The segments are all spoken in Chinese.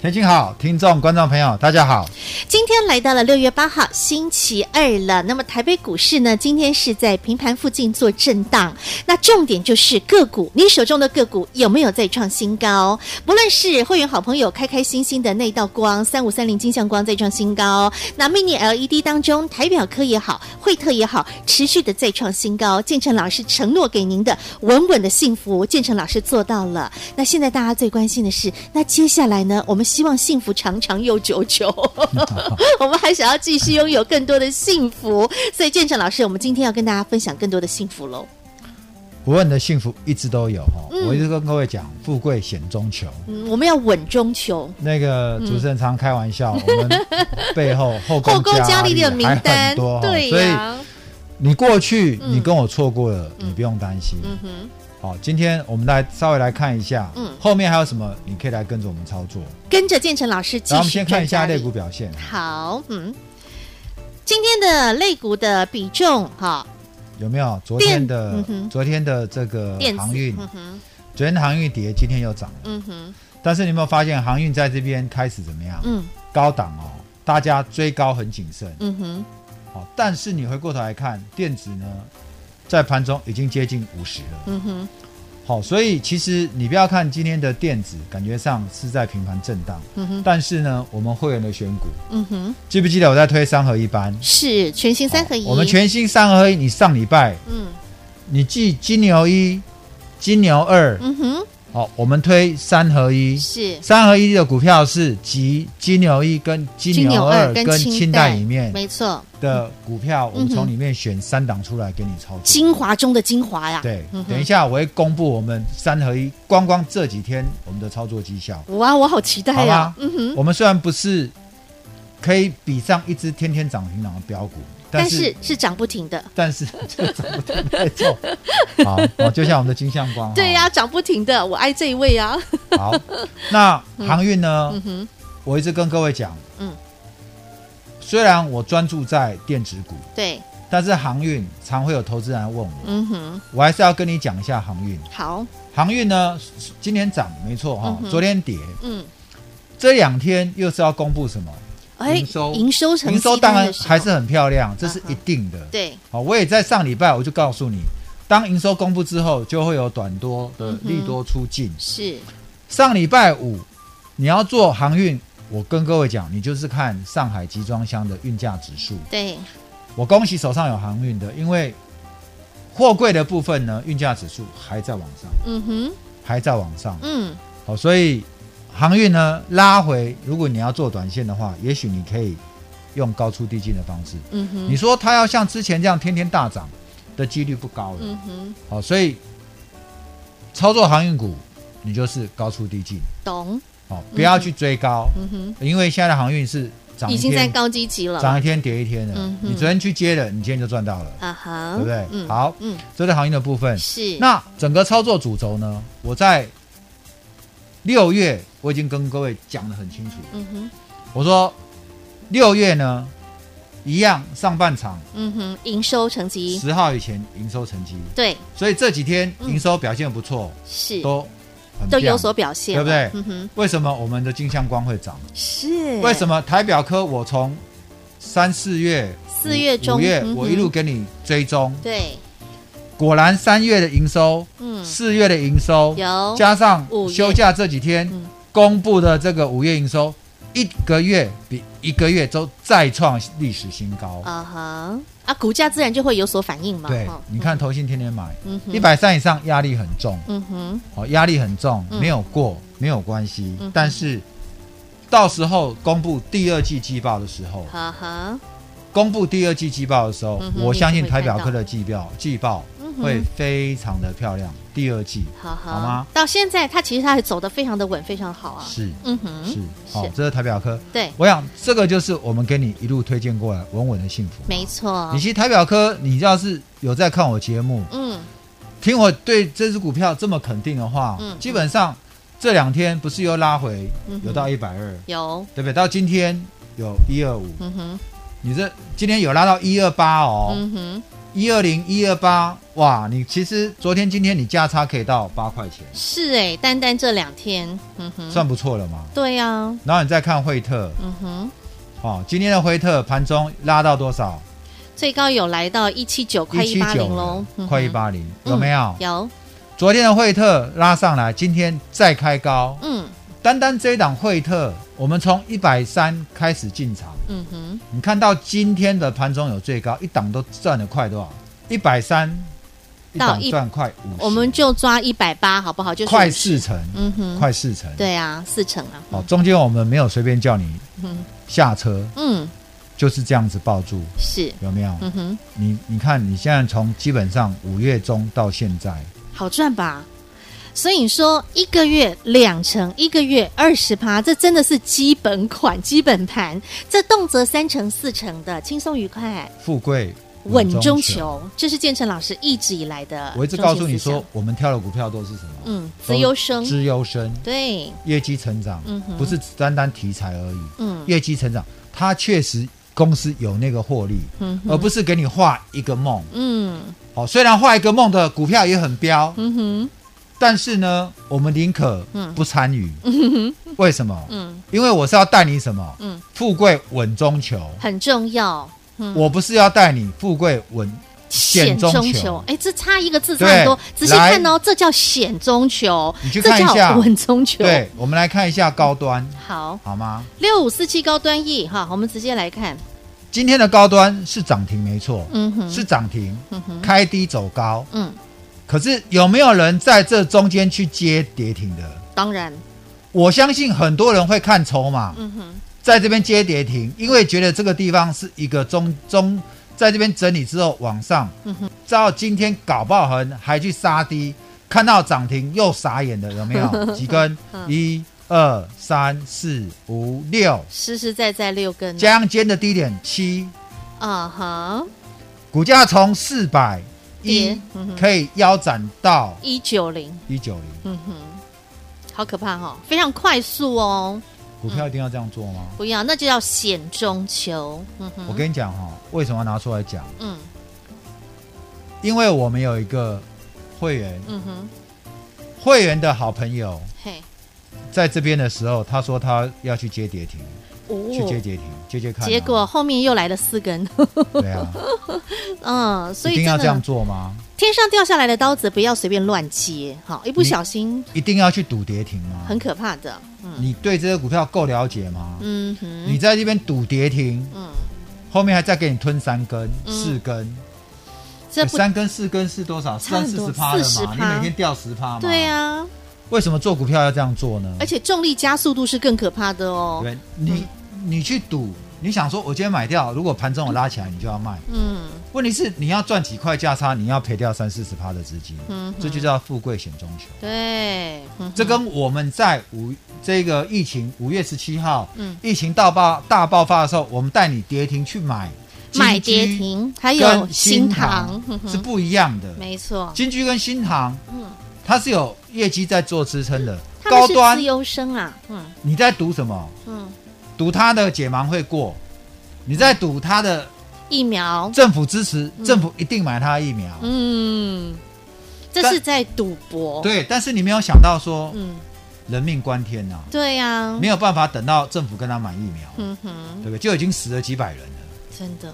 田青好，听众观众朋友大家好，今天来到了六月八号星期二了，那么台北股市呢，今天是在平盘附近做震荡。那重点就是个股，你手中的个股有没有在创新高？不论是会员好朋友开开心心的那道光三五三零金像光在创新高，那 mini LED 当中台表科也好，惠特也好，持续的在创新高。建成老师承诺给您的稳稳的幸福，建成老师做到了。那现在大家最关心的是，那接下来呢，我们希望幸福长长又久久。 我们还想要继续拥有更多的幸福，所以建成老师，我们今天要跟大家分享更多的幸福喽。不问的幸福一直都有哈、哦嗯我一直跟各位讲，富贵险中求。嗯，我们要稳中求。那嗯个主持人常开玩笑，我们背后 后后宫宫佳丽的名还单很多、哦，，对所以呀、你过去嗯你跟我错过了，嗯你不用担心。嗯哼，好、今天我们来稍微来看一下，嗯后面还有什么你可以来跟着我们操作。跟着建成老师继续。然后我们先看一下类股。表现，啊好，嗯，今天的肋骨的比重哈，有没有昨天电的、嗯哼昨天的这个电子，呃航运，嗯哼，昨天航运跌，今天又涨了。嗯哼，但是你有没有发现航运在这边开始怎么样？嗯高档哦，大家追高很谨慎。嗯哼，好、但是你回过头来看，电子呢，在盘中已经接近五十了。嗯哼，好、所以其实你不要看今天的电子，感觉上是在平盘震荡。嗯哼，但是呢，我们会员的选股，嗯哼，记不记得我在推三合一班？哦是全新三合一。我们，全新三合一，你上礼拜嗯你记金牛一、金牛二，嗯哼，好、我们推三合一。是三合一的股票是集金牛一跟金牛二跟清代里面没错，的股票，我嗯们哼从里面选三档出来给你操作。精华中的精华呀。对嗯，哼等一下我会公布我们三合一，光光这几天我们的操作绩效。哇，我好期待呀好吧！嗯哼，我们虽然不是可以比上一只天天涨停涨的标股，但但是是是涨不停的， 但是这个涨不太重。 好，好，就像我们的金相光。啊对呀，涨不停的，我爱这一位啊呀。好，那航运呢？嗯哼，我一直跟各位讲，嗯，虽然我专注在电子股， 对，但是航运常会有投资人来问我，嗯哼，我还是要跟你讲一下航运。好，航运呢，今天涨没错哈、嗯哼昨天跌，嗯，这两天又是要公布什么？哎，营收营收成营收绩当单然的时候还是很漂亮，这是嗯哼一定的。对，好、我也在上礼拜我就告诉你，当营收公布之后，就会有短多的嗯哼利多出尽。是，上礼拜五你要做航运，我跟各位讲，你就是看上海集装箱的运价指数。对，我恭喜手上有航运的，因为货柜的部分呢，运价指数还在往上，嗯哼，还在往上。嗯，好、所以航运呢拉回，如果你要做短线的话，也许你可以用高出低进的方式。嗯哼，你说它要像之前这样天天大涨的几率不高了。嗯哼，好、所以操作航运股，你就是高出低进，懂，好、不要去追高，嗯哼，因为现在的航运是涨一已经在天高基期了，涨一天跌一天的，嗯哼你昨天去接了，你今天就赚到了。啊哈，对不对嗯，好嗯，这是航运的部分。是，那整个操作主轴呢，我在六月我已经跟各位讲得很清楚，嗯哼，我说六月呢一样上半场嗯哼，营收成绩，十号以前营收成绩，对，所以这几天嗯营收表现不错，是，都很都亮有所。表现了，对不嗯哼，为什么我们的金相光会涨？是，为什么台表科我从三四月、四月五中五月嗯哼我一路给你追踪，对，果然三月的营收、嗯，四月的营收有，加上哦五月休假这几天嗯公布的这个五月营收，一个月比一个月都再创历史新高。啊哈，啊，股价自然就会有所反应嘛，对哦，你，看投信天天买嗯哼一，百三以上，压力很重，嗯哼，好，压力很重，嗯没有过没有关系嗯哼，但是到时候公布第二季季报的时候，啊哈，公布第二季季报的时候嗯，哼我相信你就会台看到表科的季报季报嗯哼会非常的漂亮。第二季好好好吗？到现在，它其实它还走得非常的稳，非常好啊。是嗯哼，是好是，这是台北表科。对，我想这个就是我们给你一路推荐过来稳稳的幸福。没错你。其实台表科，你要是有在看我节目，嗯，听我对这只股票这么肯定的话，嗯基本上这两天不是又拉回嗯哼有到一百二，有，对不对？到今天有一二五，嗯哼，你这今天有拉到一二八哦，嗯哼，一二零一二八，哇！你其实昨天今天你价差可以到八块钱，是哎，单单这两天，嗯哼，算不错了嘛。对呀，然后你再看惠特嗯哼，哦，今天的惠特盘中拉到多少？最高有来到一七九，快一八零喽，嗯哼快一，八零，有没有？有，昨天的惠特拉上来，今天再开高。嗯单单这一档惠特，我们从一百三开始进场，嗯哼，你看到今天的盘中有最高一档都赚了快多少？一百三，一到档一赚快五十，我们就抓一百八好不好？就是快，四成，嗯哼，快四成。，对啊，四成啊，哦，中间我们没有随便叫你嗯下车，嗯，就是这样子抱住，是，有没有？嗯哼，你你看，你现在从基本上五月中到现在，好赚吧？所以你说一个月两成，一个月二十趴，这真的是基本款、基本盘，这动辄三成、四成的，轻松愉快，富贵稳中求。求，啊这是建成老师一直以来的。我一直告诉你说，，我们挑的股票都是什么？嗯，都资是优生，资优生，对，业绩成长，嗯哼不是单单题材而已。嗯业绩成长，它确实公司有那个获利，嗯而哼，不是给你画一个梦。嗯好、虽然画一个梦的股票也很标，嗯哼，但是呢，我们宁可嗯不参与。为什么？嗯，因为我是要带你什么？嗯富贵稳中求。很重要。嗯我不是要带你富贵稳，险险中中求求，哎，这差一个字差很多。仔对细看哦，这叫险中求，你去看一下这叫稳中求。对，我们来看一下高端，好，好吗？六五四七高端 E 哈，我们直接来看，今天的高端是涨停，没错，嗯哼，是，涨停，嗯哼，开低走高。嗯，可是有没有人在这中间去接跌停的？当然，我相信很多人会看筹码，嗯哼，在这边接跌停，因为觉得这个地方是一个中中，在这边整理之后往上，嗯到今天搞不好很还去杀低，看到涨停又傻眼的有没 有？几根？嗯一二三四五六，实实在在六根，江间的低点七，啊哈，股价从四百跌一嗯哼可以腰斩到一九零，一九零，嗯哼，好可怕哈、哦，非常快速哦，股票一定要这样做吗？不要，那就叫险中求，嗯我哼，跟你讲哈、为什么要拿出来讲？嗯因为我们有一个会员，嗯哼，会员的好朋友嘿，在这边的时候，他说他要去接跌停，去接哦。跌停，接接看啊、结果后面又来了四根， 对啊，嗯，所一以定真要这样的做吗？天上掉下来的刀子不要随便乱接，好，一不你小心一定要去赌跌停吗？很可怕的。嗯你对这些股票够了解吗？嗯哼，你在这边赌跌停，嗯，后面还再给你吞三根、嗯四根，这诶不三根、四根是多少？差三很四多十趴了40%嘛？你每天掉十趴嘛？对、啊，为什么做股票要这样做呢？而且重力加速度是更可怕的哦。对，你你去赌，你想说我哦今天买掉，如果盘中我拉起来，你就要卖。嗯嗯问题是你要赚几块价差，你要赔掉三四十趴的资金，嗯哼，这就叫富贵险中求。对，嗯哼这跟我们在五这个疫情五月十七号，嗯疫情大爆大爆发的时候，我们带你跌停去买买金居跌停，还有跟新新塘塘，嗯哼是不一样的。没错，金居跟新塘，嗯它是有业绩在做支撑的。他们高是端自，优生啊，嗯你在赌什么？嗯，赌它的解盲会过，你在赌它的疫苗，政府支持，政府一定买它疫苗。嗯，这但是在赌博，，对，但是你没有想到说嗯，人命关天呐、对呀没，有办法等到政府跟他买疫苗，嗯哼对，不对？就已经死了几百人了。真的。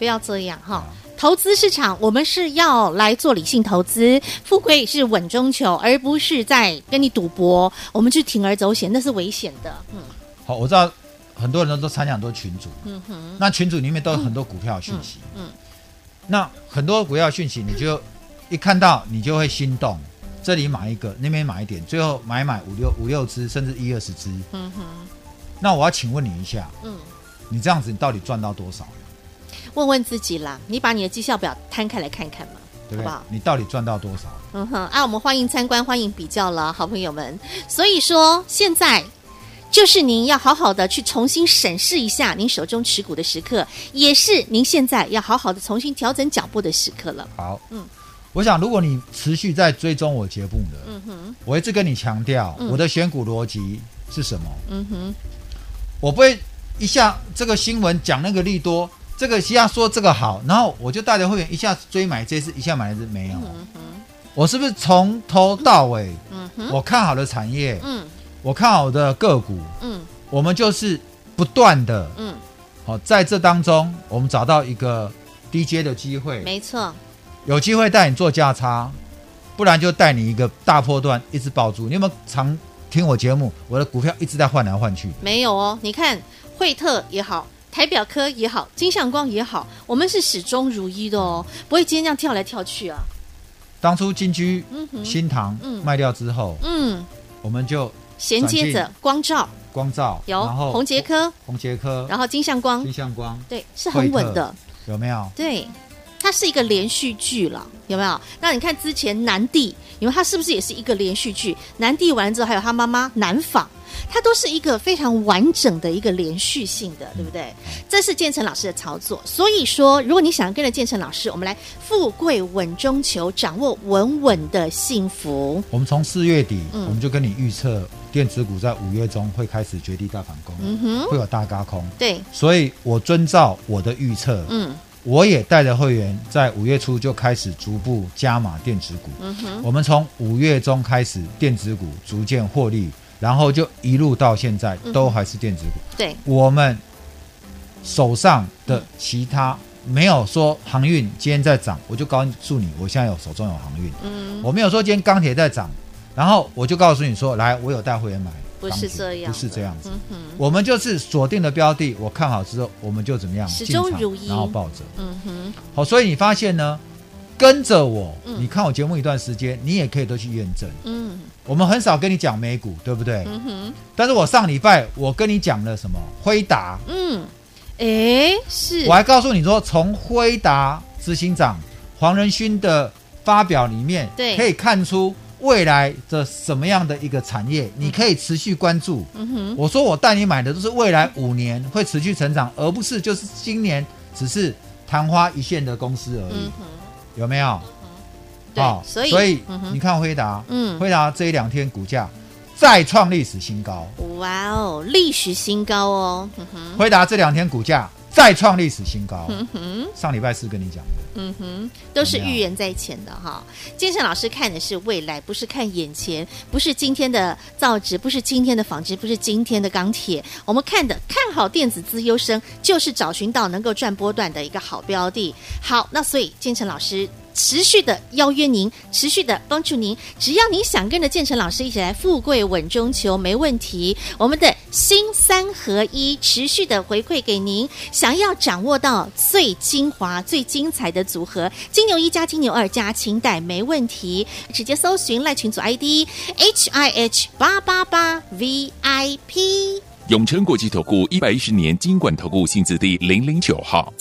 不要这样哈啊！投资市场，我们是要来做理性投资，富贵是稳中求，而不是在跟你赌博。我们去铤而走险，那是危险的。嗯好，我知道很多人都参加很多群组，嗯哼，那群组里面都有很多股票讯息，嗯嗯那很多股票讯息你就一看到你就会心动，这里买一个，那边买一点，最后买买五六五六只，甚至一二十只。嗯哼，那我要请问你一下，嗯，你这样子你到底赚到多少？问问自己啦，你把你的绩效表摊开来看看嘛。对好不不对好？你到底赚到多少？嗯哼啊，我们欢迎参观，欢迎比较了，好朋友们。所以说，现在就是您要好好的去重新审视一下您手中持股的时刻，也是您现在要好好的重新调整脚步的时刻了。好，嗯，我想如果你持续在追踪我节目的，嗯哼，我一直跟你强调、我的选股逻辑是什么，嗯哼，我不会一下这个新闻讲那个利多，这个一下说这个好，然后我就带着会员一下追买这只，一下买那只没有。我是不是从头到尾，嗯哼，我看好的产业，嗯我看好的个股，嗯我们就是不断的，嗯，好、在这当中，我们找到一个低阶的机会，没错，有机会带你做价差，不然就带你一个大波段一直保住。你有没有常听我节目？我的股票一直在换来换去，没有哦。你看，惠特也好。台表科也好，金相光也好，我们是始终如一的哦，不会今天这样跳来跳去啊。当初金居、嗯哼新塘嗯卖掉之后，嗯，我们就衔接着光照光照，有然后红杰科，红杰科，然后金相光金，相光，对，是很稳的。有没有？对，它是一个连续剧了，有没有？那你看之前南帝，你们它是不是也是一个连续剧？南帝完之后，还有他妈妈南纺，它都是一个非常完整的一个连续性的，对不对？嗯这是建成老师的操作。所以说，如果你想跟着建成老师，我们来富贵稳中求，掌握稳稳的幸福。我们从四月底，嗯我们就跟你预测电子股在五月中会开始绝地大反攻，嗯哼，会有大嘎空。对，所以我遵照我的预测，嗯我也带着会员在五月初就开始逐步加码电子股。嗯哼，我们从五月中开始，电子股逐渐获利，然后就一路到现在嗯都还是电子股。对，我们手上的其他没有说航运今天在涨，我就告诉你，我现在有手中有航运。嗯，我没有说今天钢铁在涨，然后我就告诉你说，来，我有带会员买不钢铁。是这样，不是这样子。嗯哼，我们就是锁定的标的，我看好之后，我们就怎么样始进终场如一，然后抱着。嗯哼，好，所以你发现呢，跟着我，嗯你看我节目一段时间，你也可以都去验证。嗯我们很少跟你讲美股，对不对？嗯哼。但是我上礼拜我跟你讲了什么？辉达，嗯，哎，是我，还告诉你说，从辉达执行长黄仁勋的发表里面，对可以看出未来的什么样的一个产业，你可以持续关注。嗯哼，我说我带你买的都是未来五年会持续成长，而不是就是今年只是昙花一现的公司而已，嗯哼，有没有？对好，所以，所以嗯哼，你看辉达，嗯，辉达这一两天股价再创历史新高，哇哦，历史新高哦，嗯哼，辉达这两天股价再创历史新高。嗯哼，上礼拜四跟你讲的，嗯哼，都是怎么样预言在前的哈。建盛老师看的是未来，不是看眼前，不是今天的造纸，不是今天的纺织，不是今天的钢铁，我们看的看好电子资优生，就是找寻到能够赚波段的一个好标的。好，那所以建成老师持续的邀约您，持续的帮助您，只要您想跟着建成老师一起来富贵稳中求，没问题。我们的新三合一持续的回馈给您，想要掌握到最精华、最精彩的组合，金牛一加金牛二加清代没问题，直接搜寻赖群组 ID H I H 八八八 V I P。永诚国际投顾一百一十年金管投顾性质第零零九号。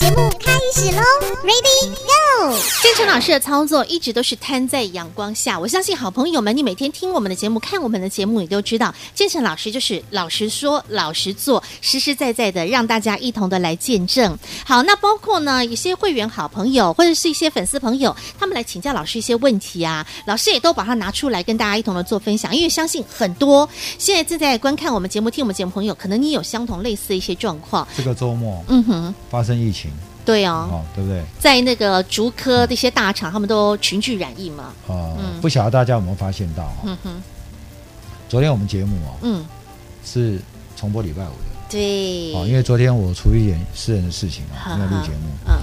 建成老师的操作一直都是摊在阳光下，我相信好朋友们，你每天听我们的节目、看我们的节目，你都知道，建成老师就是老实说、老实做，实实在在的让大家一同的来见证。好，那包括呢，一些会员好朋友或者是一些粉丝朋友，他们来请教老师一些问题啊，老师也都把它拿出来跟大家一同的做分享，因为相信很多现在正在观看我们节目、听我们节目朋友，可能你有相同类似的一些状况。这个周末嗯哼，发生疫情，对哦，哦，对不对？在那个竹科这些大厂，他们都群聚染疫嘛。哦，嗯不晓得大家有没有发现到、哦，嗯哼，昨天我们节目哦嗯，是重播礼拜五的，对，哦，因为昨天我处理一点私人的事情哈啊，哈没有录节目嗯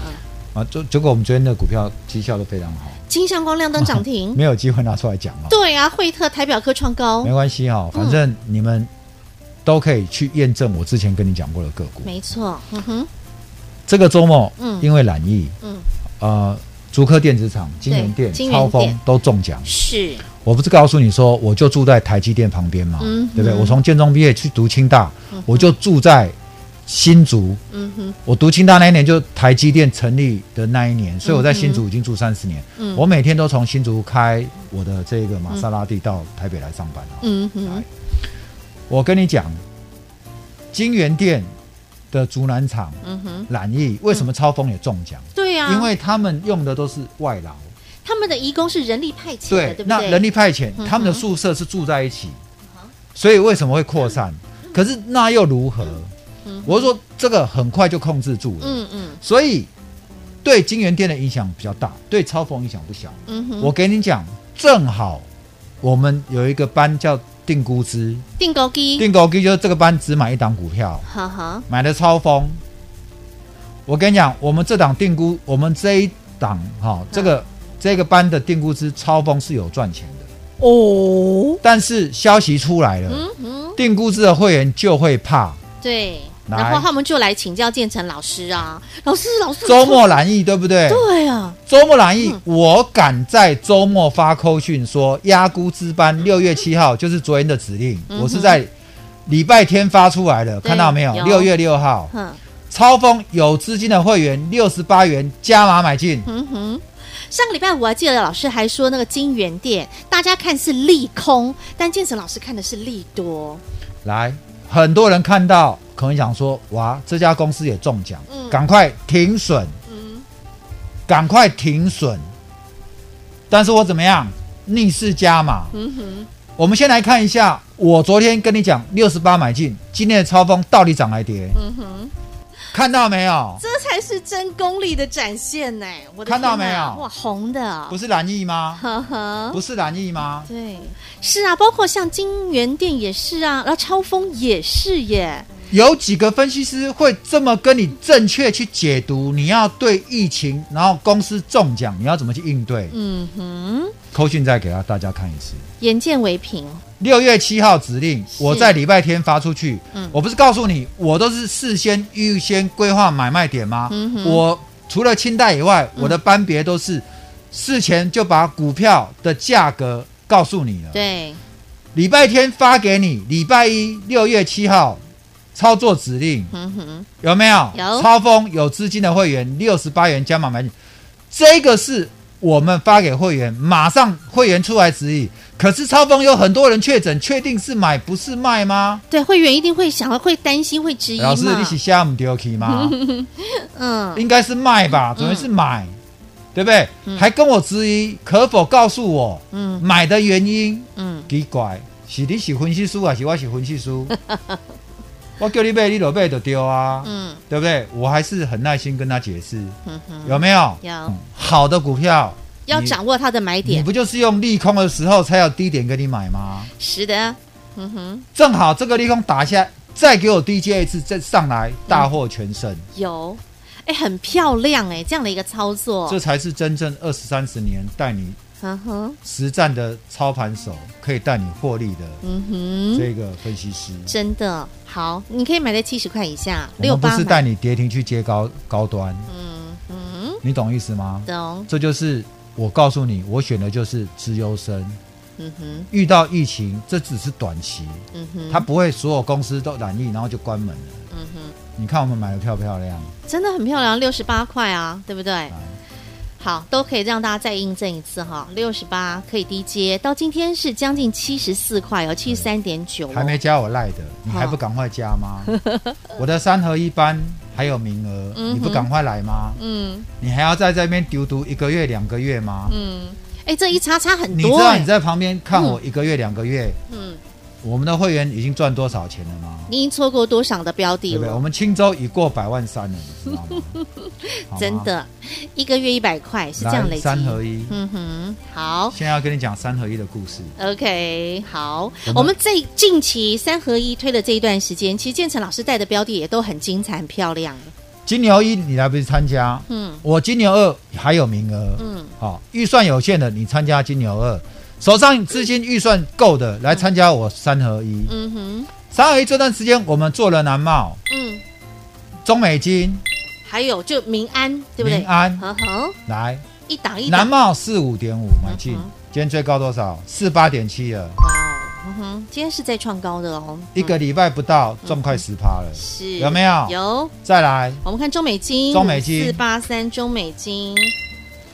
嗯，啊，就结果我们昨天的股票绩效都非常好，金相光亮灯涨停，没有机会拿出来讲哦。嗯对嗯啊，惠特台表科创高没，关系哈、反正你们都可以去验证我之前跟你讲过的个股。没错，嗯哼，这个周末，嗯因为染疫，嗯，呃，竹科电子厂、金源对店、金源超店峰都中奖。是，我不是告诉你说，我就住在台积电旁边嘛，嗯对不对？嗯我从建中毕业去读清大，我就住在新竹，嗯哼，我读清大那一年就台积电成立的那一年，所以我在新竹已经住三十年。嗯我每天都从新竹开我的这个玛莎拉蒂到台北来上班啊。嗯哼，我跟你讲，金源店的竹南厂、嗯啊哼，染艺为什么超峰也中奖？对呀、因为他们用的都是外劳，他们的移工是人力派遣的，对不对？嗯那人力派遣，哼嗯他们的宿舍是住在一起，所以为什么会扩散？可是那又如何？我是说这个很快就控制住了，嗯嗯所以对金源店的影响比较大，对超峰影响不小。嗯哼，我给你讲，正好我们有一个班叫定估值，定高低，定估值就是这个班只买一档股票，哈哈，买的超风。我跟你讲，我们这档定估，我们这一档哈、这嗯个这个班的定估值超风是有赚钱的，哦，但是消息出来了，嗯哼，定估值的会员就会怕。对，来然后他们就来请教建成老师啊，老师老师，周末难易对不对？对啊，周末难易，我敢在周末发扣讯说压估值班六月七号就是昨天的指令，嗯嗯哼我是在礼拜天发出来的，对看到没有？有嗯六月六号，哼超峰有资金的会员六十八元加码买进，嗯哼。上个礼拜我啊还记得老师还说那个金源店，大家看是利空，但建成老师看的是利多。来，很多人看到可能想说，哇，这家公司也中奖嗯，赶快停损，嗯赶快停损。但是我怎么样？逆势加码。嗯哼，我们先来看一下，我昨天跟你讲六十八买进，今天的超峰到底涨还跌？嗯哼，看到没有？这才是真功力的展现呢！我的看到天哪没有哇，红的，哦不是蓝意吗？呵呵，不是蓝意吗？对，是啊，包括像金源店也是啊，然后超风也是耶。有几个分析师会这么跟你正确去解读？你要对疫情，然后公司中奖，你要怎么去应对？嗯哼，扣讯再给大家看一次。眼见为凭。六月七号指令，是我在礼拜天发出去。嗯我不是告诉你，我都是事先预先规划买卖点吗？嗯哼嗯我除了清代以外，我的班别都是事前就把股票的价格告诉你了。对，礼拜天发给你，礼拜一六月七号操作指令嗯哼，有没有？有超峰有资金的会员六十八元加码买进，这个是我们发给会员，马上会员出来质疑。可是超峰有很多人确诊，确定是买不是卖吗？对，会员一定会想到，会担心，会质疑嘛老。师，你是下唔丢弃吗？ 嗯，应该是卖吧，怎么会是买？对不对？还跟我质疑，可否告诉我，嗯买的原因？嗯，奇怪，是你是分析师还是我是分析师？ 我叫你买，你就买就丢啊，嗯对不对？我还是很耐心跟他解释，嗯哼，有没有？有好的股票要嗯你掌握它的买你点。不就是用利空的时候才有低点给你买吗？是的，嗯哼，正好这个利空打下，再给我低接一次，再上嗯来大获全胜，有。哎，很漂亮哎，这样的一个操作这。才是真正二十三十年带你嗯哼，实战的操盘手，可以带你获利的嗯哼，这个分析师。真的好，你可以买在七十块以下，我六们不八是带你跌停去接高高端，嗯嗯，你懂意思吗？懂。这就是我告诉你，我选的就是资优生。嗯哼，遇到疫情，这只是短期，嗯哼，它不会所有公司都染疫，然后就关门了。嗯哼。你看我们买的漂不漂亮？真的很漂亮，六十八块啊，对不对？好，都可以让大家再印证一次哈，六十八可以低接，到今天是将近七十四块哦，七十三点九，还没加我赖的，你还不赶快 加吗？我的三合一班还有名额，嗯哼你不赶快来吗？嗯你还要在这边丢读一个月、两个月吗？嗯，哎，这一差差很你知多道哎、你在旁边看我一个月、两个月，嗯，我们的会员已经赚多少钱了吗？你已经错过多少的标的对不对？我了？们青州已过百万三了，你知道 吗？好吗真的，一个月一百块是这样来累积，三合一，嗯哼，好。现在要跟你讲三合一的故事。 OK，好，我们我们这近期三合一推的这一段时间，其实建成老师带的标的也都很精彩、很漂亮。金牛一你来不去参加？嗯我金牛二还有名额，嗯，好、预算有限的你参加金牛二，手上资金预算够的来参加我三合一。嗯哼，三合一这段时间我们做了南茂、嗯，中美金、还有就民安，对不对？民安呵呵，来一档一南档。茂四五点五买进，嗯哼今天最高多少？四八点七了。哇哦，嗯哼，今天是在创高的哦，一个礼拜不到赚快十趴了。是有没有有，再来，我们看中美金，中美金四八三，中美金，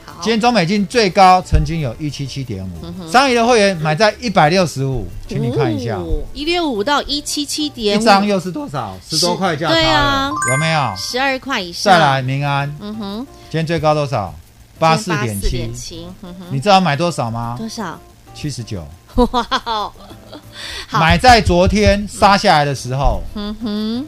好，嗯今天中美金最高曾经有一七七点五，商业的会员买在一百六十五，请你看一下，哦一六五到一七七点一张又是多少？十多块价差对啊了，有没有？十二块以上，再来，民安，嗯哼，今天最高多少？八四点七点。七，嗯哼，你知道买多少吗？多少？ 七十九。哇哦，好买在昨天杀下来的时候，嗯哼，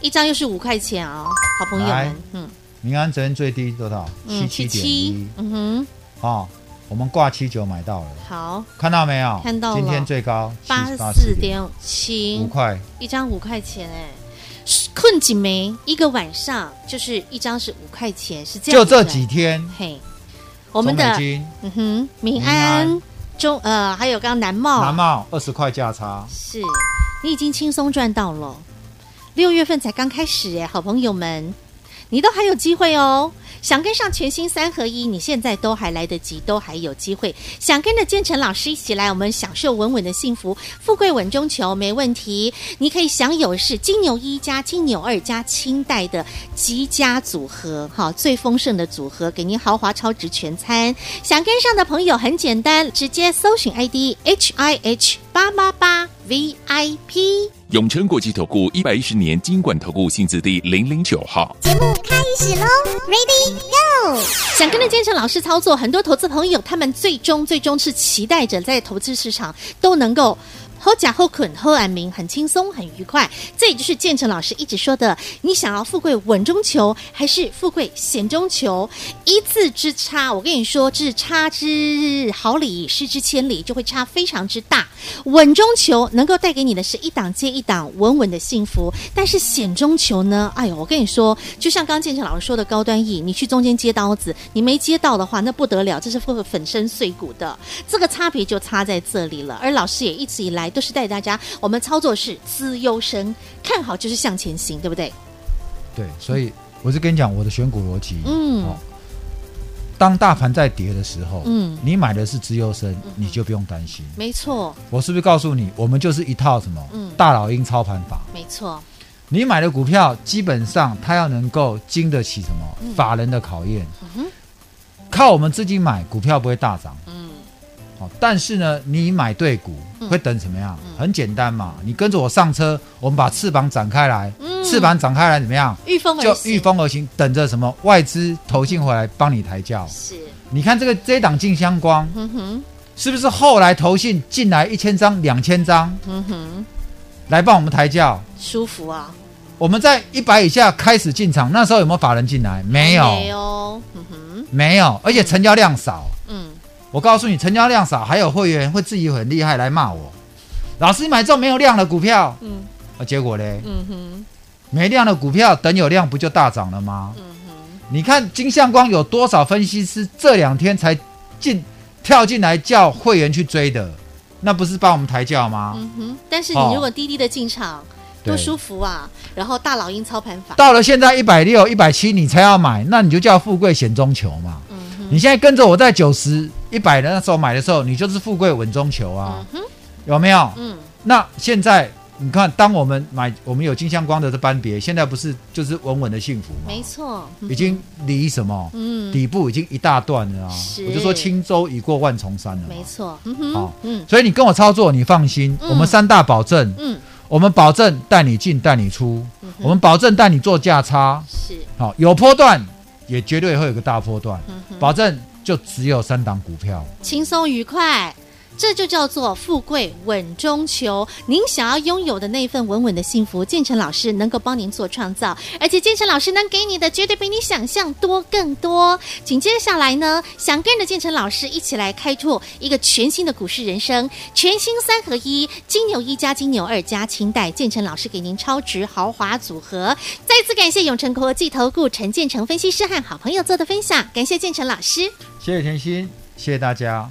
一张又是五块钱哦，好朋友来们，嗯民安昨天最低多少？嗯，七七点一嗯哼，哦，我们挂七九买到了，好，看到没有？看到了今天最高八四74.5点七，五块，一张五块钱哎、困几枚一个晚上就是一张是五块钱，是这样就子的这几天，嘿，我们的中美金、嗯哼民民安安中呃还有刚刚南茂南茂二十块价差，是你已经轻松赚到了，六月份才刚开始哎，好朋友们，你都还有机会哦。想跟上全新三合一，你现在都还来得及，都还有机会。想跟着建成老师一起来，我们享受稳稳的幸福，富贵稳中求，没问题。你可以享有是金牛一加金牛二加清代的极佳组合，哈，最丰盛的组合，给您豪华超值全餐。想跟上的朋友很简单，直接搜寻 ID H I H 八八八 V I P。永诚国际投顾一百一十年金管投顾性质第零零九号。想跟着建成老师操作，很多投资朋友他们最终最终是期待着在投资市场都能够。喝假后捆喝安眠，很轻松，很愉快。这也就是建成老师一直说的：你想要富贵稳中求，还是富贵险中求？一字之差，我跟你说，这是差之毫厘，失之千里，就会差非常之大。稳中求能够带给你的是一档接一档稳稳的幸福，但是险中求呢？哎呦，我跟你说，就像刚刚建成老师说的高端 E，你去中间接刀子，你没接到的话，那不得了，这是会粉身碎骨的。这个差别就差在这里了。而老师也一直以来都是带大家，我们操作是资优生，看好就是向前行，对不对？对，所以我是跟你讲我的选股逻辑，嗯哦，当大盘在跌的时候，嗯你买的是资优生，你就不用担心。没错，我是不是告诉你，我们就是一套什么，嗯大老鹰操盘法？没错，你买的股票基本上它要能够经得起什么、嗯法人的考验。靠我们自己买股票不会大涨，嗯，哦，但是呢，你买对股会等什么样？嗯很简单嘛，你跟着我上车，我们把翅膀展开来，嗯翅膀展开来怎么样？御风而就行御风而行，等着什么外资投信回来帮你抬轿。是，你看这个这一档静香光，嗯哼，是不是后来投信进来一千张、两千张嗯哼，来帮我们抬轿？舒服啊，我们在一百以下开始进场，那时候有没有法人进来？没有，没有，嗯哼，没有，而且成交量少。嗯，我告诉你，成交量少，还有会员会自己很厉害来骂我，老师你买这种没有量的股票，嗯啊，结果嘞，嗯哼，没量的股票等有量不就大涨了吗？嗯哼，你看金相光有多少分析师这两天才进跳进来叫会员去追的，那不是帮我们抬轿吗？嗯哼。但是你哦如果低低的进场，多对舒服啊！然后大老鹰操盘法，到了现在一百六、一百七，你才要买，那你就叫富贵险中求嘛。嗯你现在跟着我在九十、一百的那时候买的时候，你就是富贵稳中求啊，嗯有没有？嗯，那现在你看，当我们买我们有金相光的这班别，现在不是就是稳稳的幸福没吗？错，已经离什么、嗯，底部已经一大段了啊！是我就说轻舟已过万重山了嘛。没错，嗯哼，好嗯所以你跟我操作，你放心，嗯我们三大保证，嗯，我们保证带你进带你出，我们保证带你做价差，是，好、有波段也绝对会有个大波段，嗯哼，保证就只有三档股票。轻松愉快。这就叫做富贵稳中求。您想要拥有的那份稳稳的幸福，建成老师能够帮您做创造，而且建成老师能给你的绝对比你想象多更多。紧接下来呢，想跟着建成老师一起来开拓一个全新的股市人生，全新三合一，金牛一加金牛二加清代，建成老师给您超值豪华组合。再次感谢永诚国际投顾陈建成分析师和好朋友做的分享，感谢建成老师。谢谢甜心，谢谢大家。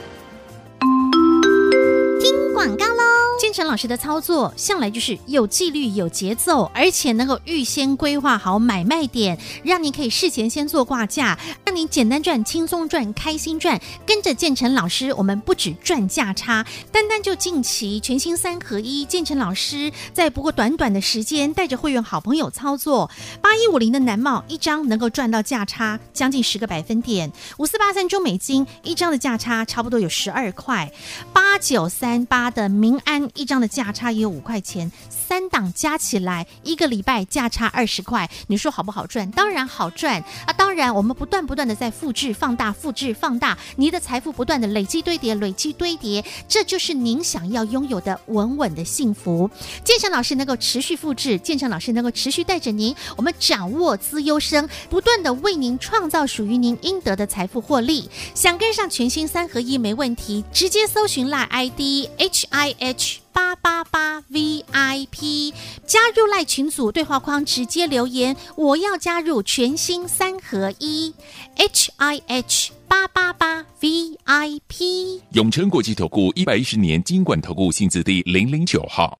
广告喽。建建成老师的操作向来就是有纪律、有节奏，而且能够预先规划好买卖点，让你可以事前先做挂价，让你简单赚、轻松赚、开心赚。跟着建成老师，我们不止赚价差，单单就近期全新三合一，建成老师在不过短短的时间，带着会员好朋友操作八一五零的南茂一张能够赚到价差将近十个百分点，五四八三中美金一张的价差差不多有十二块，八九三八的民安一张的价差也有五块钱，三档加起来一个礼拜价差二十块，你说好不好赚？当然好赚啊！当然，我们不断不断的在复制、放大、复制、放大，你的财富不断的累积堆叠、累积堆叠，这就是您想要拥有的稳稳的幸福。建成老师能够持续复制，建成老师能够持续带着您，我们掌握资优生，不断的为您创造属于您应得的财富获利。想跟上全新三合一没问题，直接搜寻赖 ID H I H。八八八 VIP 加入赖群组对话框，直接留言我要加入全新三合一 H I H 八八八 VIP。永诚国际投顾一百一十年金管投顾性质第零零九号。